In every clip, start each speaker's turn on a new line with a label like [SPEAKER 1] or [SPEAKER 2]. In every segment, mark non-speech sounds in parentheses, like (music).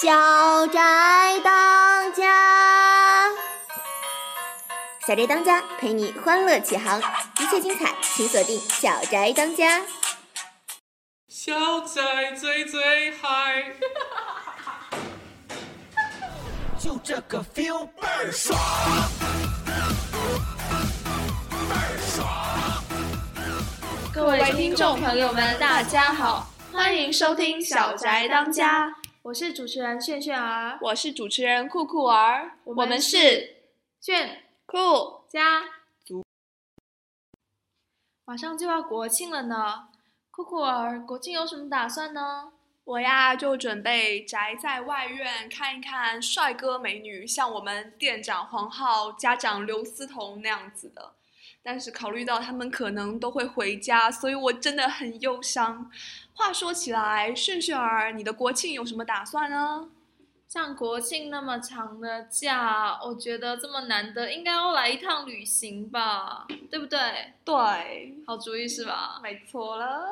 [SPEAKER 1] 小宅当家，
[SPEAKER 2] 小宅当家陪你欢乐起航，一切精彩请锁定小宅当家。
[SPEAKER 3] 小宅最最嗨，
[SPEAKER 4] 就这个 feel 倍儿爽，倍儿爽。
[SPEAKER 5] 各位听众朋友们，大家好，欢迎收听《小宅当家》，
[SPEAKER 6] 我是主持人炫炫儿，
[SPEAKER 5] 我是主持人酷酷儿，
[SPEAKER 6] 我
[SPEAKER 5] 我
[SPEAKER 6] 们
[SPEAKER 5] 们是
[SPEAKER 6] 炫
[SPEAKER 5] 酷。
[SPEAKER 6] 家族。马上就要国庆了呢，酷酷儿，国庆有什么打算呢？
[SPEAKER 5] 我呀，就准备宅在外院看一看帅哥美女，像我们店长黄浩、家长刘思彤那样子的。但是考虑到他们可能都会回家，所以我真的很忧伤。话说起来，顺顺儿，你的国庆有什么打算呢？
[SPEAKER 6] 像国庆那么长的假，我觉得这么难得，应该要来一趟旅行吧，对不对？
[SPEAKER 5] 对，
[SPEAKER 6] 好主意是吧？
[SPEAKER 5] 没错了。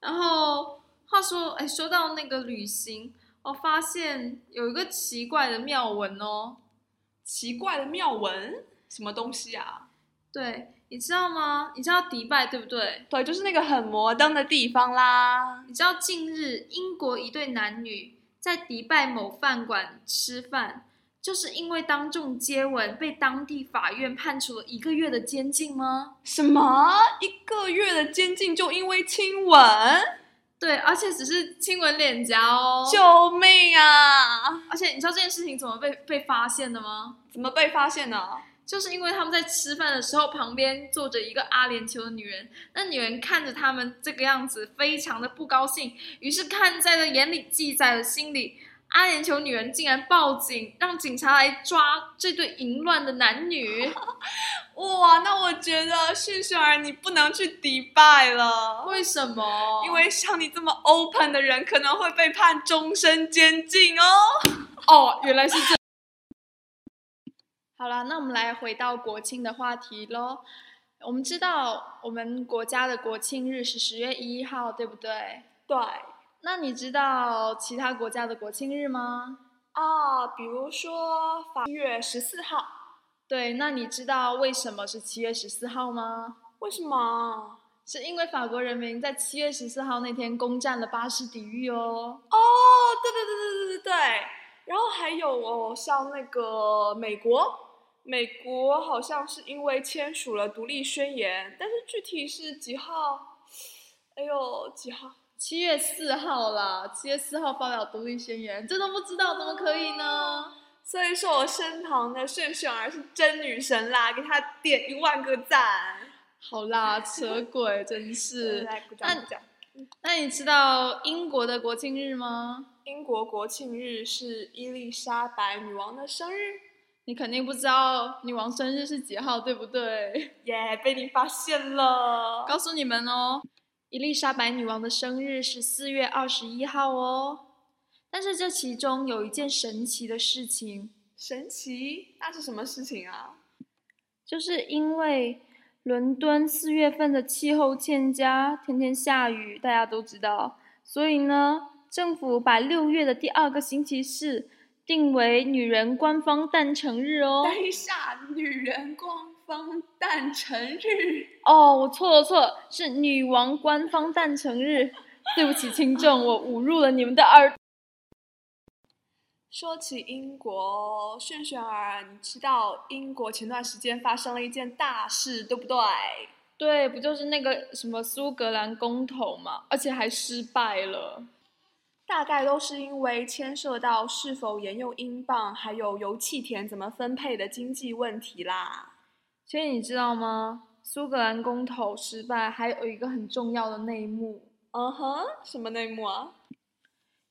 [SPEAKER 6] 然后话说，哎，说到那个旅行，我发现有一个奇怪的妙文哦。
[SPEAKER 5] 奇怪的妙文，什么东西啊？
[SPEAKER 6] 对，你知道吗？你知道迪拜对不对？
[SPEAKER 5] 对，就是那个很摩登的地方啦。
[SPEAKER 6] 你知道近日英国一对男女在迪拜某饭馆吃饭，就是因为当众接吻被当地法院判处了一个月的监禁吗？
[SPEAKER 5] 什么？一个月的监禁就因为亲吻？
[SPEAKER 6] 对，而且只是亲吻脸颊哦。
[SPEAKER 5] 救命啊！
[SPEAKER 6] 而且你知道这件事情怎么被被发现的吗？
[SPEAKER 5] 怎么被发现呢？
[SPEAKER 6] 就是因为他们在吃饭的时候，旁边坐着一个阿联酋的女人，那女人看着他们这个样子，非常的不高兴，于是看在了眼里，记在了心里。阿联酋女人竟然报警，让警察来抓这对淫乱的男女。
[SPEAKER 5] (laughs) 哇，那我觉得顺顺儿你不能去迪拜了，
[SPEAKER 6] 为什么？
[SPEAKER 5] 因为像你这么 open 的人可能会被判终身监禁哦。
[SPEAKER 6] 哦，原来是这。好了，那我们来回到国庆的话题喽。我们知道我们国家的国庆日是十月一号，对不对？
[SPEAKER 5] 对
[SPEAKER 6] 那你知道其他国家的国庆日吗？
[SPEAKER 5] 啊，比如说法月十四号，
[SPEAKER 6] 对，那你知道为什么是七月十四号吗？
[SPEAKER 5] 为什么？
[SPEAKER 6] 是因为法国人民在七月十四号那天攻占了巴士底狱哦。
[SPEAKER 5] 哦，对对对对对对对。然后还有哦，像那个美国，美国好像是因为签署了独立宣言，但是具体是几号？哎呦，几号？
[SPEAKER 6] 七月四号啦，七月四号发表独立宣言，这都不知道怎么可以呢？
[SPEAKER 5] 所以说我身旁的顺顺儿是真女神啦，给她点一万个赞。
[SPEAKER 6] 好啦，扯鬼真是。
[SPEAKER 5] 来鼓
[SPEAKER 6] 那
[SPEAKER 5] 掌鼓掌。
[SPEAKER 6] 那你知道英国的国庆日吗？
[SPEAKER 5] 英国国庆日是伊丽莎白女王的生日，
[SPEAKER 6] 你肯定不知道女王生日是几号，对不对？
[SPEAKER 5] 耶、被你发现了。
[SPEAKER 6] 告诉你们哦，伊丽莎白女王的生日是四月二十一号哦。但是这其中有一件神奇的事情，
[SPEAKER 5] 神奇，那是什么事情啊？
[SPEAKER 6] 就是因为伦敦四月份的气候欠佳，天天下雨，大家都知道，所以呢，政府把六月的第二个星期四定为女人官方诞辰日哦。
[SPEAKER 5] 等一下，女人官方诞辰日，
[SPEAKER 6] 哦，我错了错了，是女王官方诞辰日。对不起，听众，我侮辱了你们的耳
[SPEAKER 5] 说起英国，炫炫儿，你知道英国前段时间发生了一件大事，对不对？
[SPEAKER 6] 对，不就是那个什么苏格兰公投嘛，而且还失败了。
[SPEAKER 5] 大概都是因为牵涉到是否沿用英镑，还有油气田怎么分配的经济问题啦。
[SPEAKER 6] 所以你知道吗？苏格兰公投失败，还有一个很重要的内幕。
[SPEAKER 5] 嗯哼，什么内幕啊？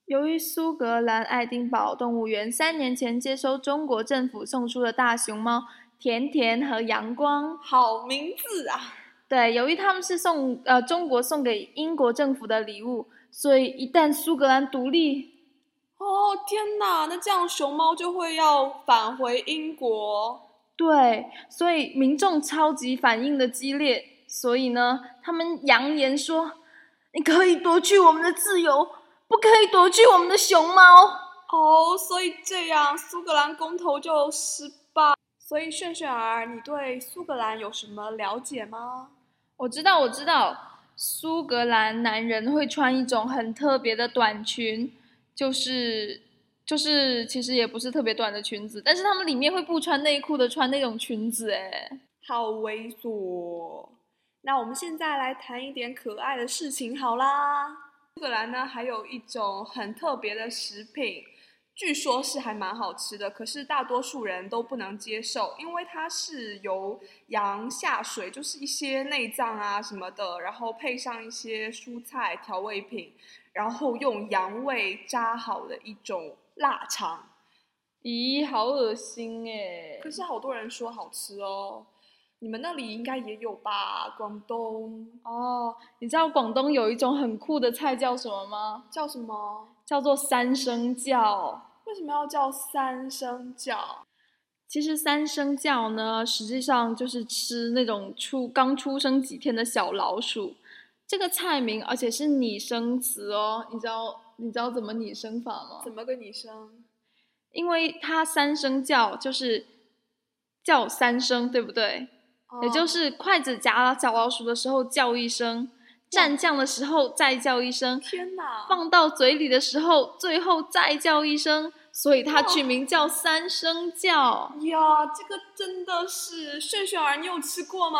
[SPEAKER 6] 由于苏格兰爱丁堡动物园三年前接收中国政府送出的大熊猫甜甜和阳光，
[SPEAKER 5] 好名字啊！
[SPEAKER 6] 对，由于他们是送呃中国送给英国政府的礼物，所以一旦苏格兰独立，
[SPEAKER 5] 哦天哪，那这样熊猫就会要返回英国。
[SPEAKER 6] 对，所以民众超级反应的激烈，所以呢，他们扬言说：“你可以夺去我们的自由，不可以夺去我们的熊猫。
[SPEAKER 5] 哦，所以这样苏格兰公投就失败。所以炫炫儿，你对苏格兰有什么了解吗？
[SPEAKER 6] 我知道，我知道，苏格兰男人会穿一种很特别的短裙，就是就是其实也不是特别短的裙子，但是他们里面会不穿内裤的，穿那种裙子，哎，
[SPEAKER 5] 好猥琐。那我们现在来谈一点可爱的事情好啦。苏格兰呢，还有一种很特别的食品，据说是还蛮好吃的，可是大多数人都不能接受，因为它是由羊下水，就是一些内脏啊什么的，然后配上一些蔬菜调味品，然后用羊味炸好的一种腊肠。
[SPEAKER 6] 咦，好恶心哎！
[SPEAKER 5] 可是好多人说好吃哦，你们那里应该也有吧？广东
[SPEAKER 6] 哦，你知道广东有一种很酷的菜叫什么吗？
[SPEAKER 5] 叫什么？
[SPEAKER 6] 叫做三生教。
[SPEAKER 5] 为什么要叫三声叫？
[SPEAKER 6] 其实三生教呢，实际上就是吃那种出刚出生几天的小老鼠。这个菜名，而且是拟声词哦，你知道你知道怎么拟声法吗？
[SPEAKER 5] 怎么个拟声？
[SPEAKER 6] 因为它三声叫就是叫三声，对不对？也
[SPEAKER 5] 哦
[SPEAKER 6] 就是筷子夹小老鼠的时候叫一声，蘸酱的时候再叫一声，
[SPEAKER 5] 天哪！
[SPEAKER 6] 放到嘴里的时候最后再叫一声，所以它
[SPEAKER 5] 哇
[SPEAKER 6] 取名叫三声叫。
[SPEAKER 5] 呀，这个真的是炫炫儿，你有吃过吗？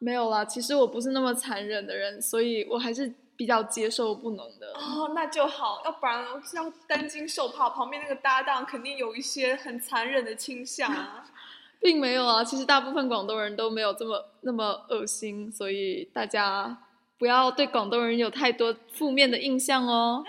[SPEAKER 6] 没有啦，其实我不是那么残忍的人，所以我还是比较接受不能的。
[SPEAKER 5] 哦，那就好，要不然我这样担惊受怕，旁边那个搭档肯定有一些很残忍的倾向啊。
[SPEAKER 6] 并没有啊，其实大部分广东人都没有这么那么恶心，所以大家不要对广东人有太多负面的印象哦。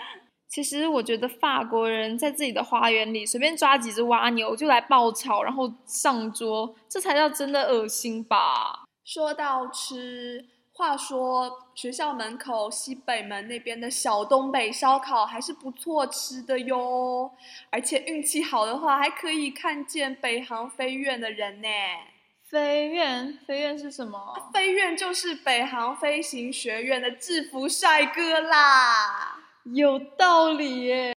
[SPEAKER 6] 其实我觉得法国人在自己的花园里随便抓几只蜗牛就来爆炒，然后上桌，这才叫真的恶心吧？
[SPEAKER 5] 说到吃，话说学校门口西北门那边的小东北烧烤还是不错吃的哟，而且运气好的话还可以看见北航飞院的人呢。
[SPEAKER 6] 飞院，飞院是什么？
[SPEAKER 5] 飞院就是北航飞行学院的制服帅哥啦。
[SPEAKER 6] 有道理耶。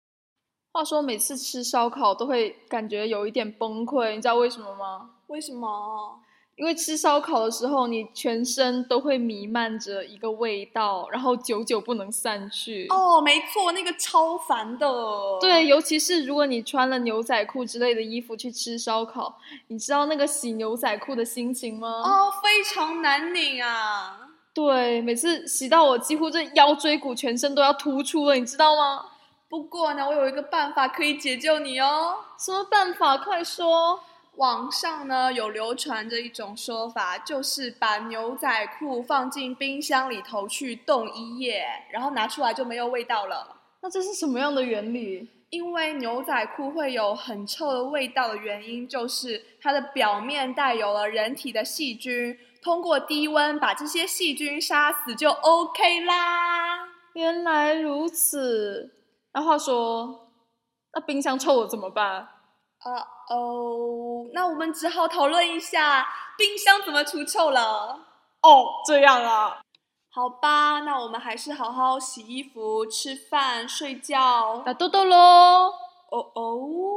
[SPEAKER 6] 话说每次吃烧烤都会感觉有一点崩溃，你知道为什么吗？
[SPEAKER 5] 为什么？
[SPEAKER 6] 因为吃烧烤的时候，你全身都会弥漫着一个味道，然后久久不能散去。，
[SPEAKER 5] 哦，没错，那个超烦的。
[SPEAKER 6] 对，，尤其是如果你穿了牛仔裤之类的衣服去吃烧烤，你知道那个洗牛仔裤的心情吗？，
[SPEAKER 5] 哦，非常难拧啊。
[SPEAKER 6] 对，每次洗到我几乎这腰椎骨全身都要突出了，你知道吗？
[SPEAKER 5] 不过呢，我有一个办法可以解救你哦。
[SPEAKER 6] 什么办法？快说！
[SPEAKER 5] 网上呢有流传着一种说法，就是把牛仔裤放进冰箱里头去冻一夜，然后拿出来就没有味道了。
[SPEAKER 6] 那这是什么样的原理？
[SPEAKER 5] 因为牛仔裤会有很臭的味道的原因，就是它的表面带有了人体的细菌，通过低温把这些细菌杀死就 OK 啦。
[SPEAKER 6] 原来如此。那话说，那冰箱臭了怎么办？
[SPEAKER 5] 啊哦，那我们只好讨论一下冰箱怎么除臭了。
[SPEAKER 6] 哦，这样啊。
[SPEAKER 5] 好吧，那我们还是好好洗衣服、吃饭、睡觉。
[SPEAKER 6] 打豆豆喽。
[SPEAKER 5] 哦哦，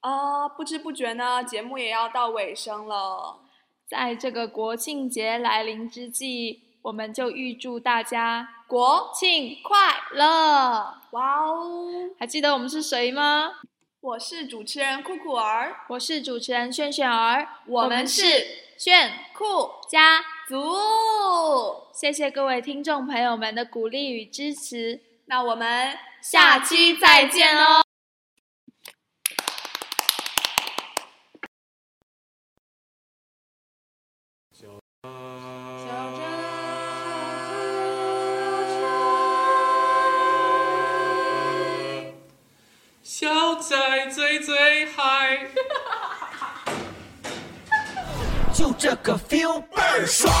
[SPEAKER 5] 啊，不知不觉呢，节目也要到尾声了。
[SPEAKER 6] 在这个国庆节来临之际，我们就预祝大家
[SPEAKER 5] 国
[SPEAKER 6] 庆
[SPEAKER 5] 快，
[SPEAKER 6] 乐！
[SPEAKER 5] 哇哦！
[SPEAKER 6] 还记得我们是谁吗？
[SPEAKER 5] 我是主持人酷酷儿，
[SPEAKER 6] 我是主持人炫炫儿，
[SPEAKER 5] 我们是
[SPEAKER 6] 炫
[SPEAKER 5] 酷
[SPEAKER 6] 家。
[SPEAKER 5] 族。
[SPEAKER 6] 谢谢各位听众朋友们的鼓励与支持，
[SPEAKER 5] 那我们
[SPEAKER 6] 下期再见哦。
[SPEAKER 3] 小仔最最嗨。
[SPEAKER 4] 就这个 feel 倍儿爽，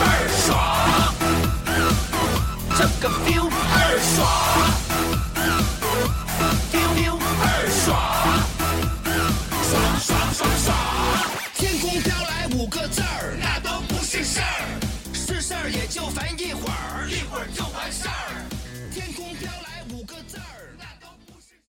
[SPEAKER 4] 倍儿爽，这个 feel 倍儿爽，feel feel 倍儿爽，爽爽爽爽。天空飘来五个字儿，那都不是事儿，是事儿也就烦一会儿，一会儿就完事儿。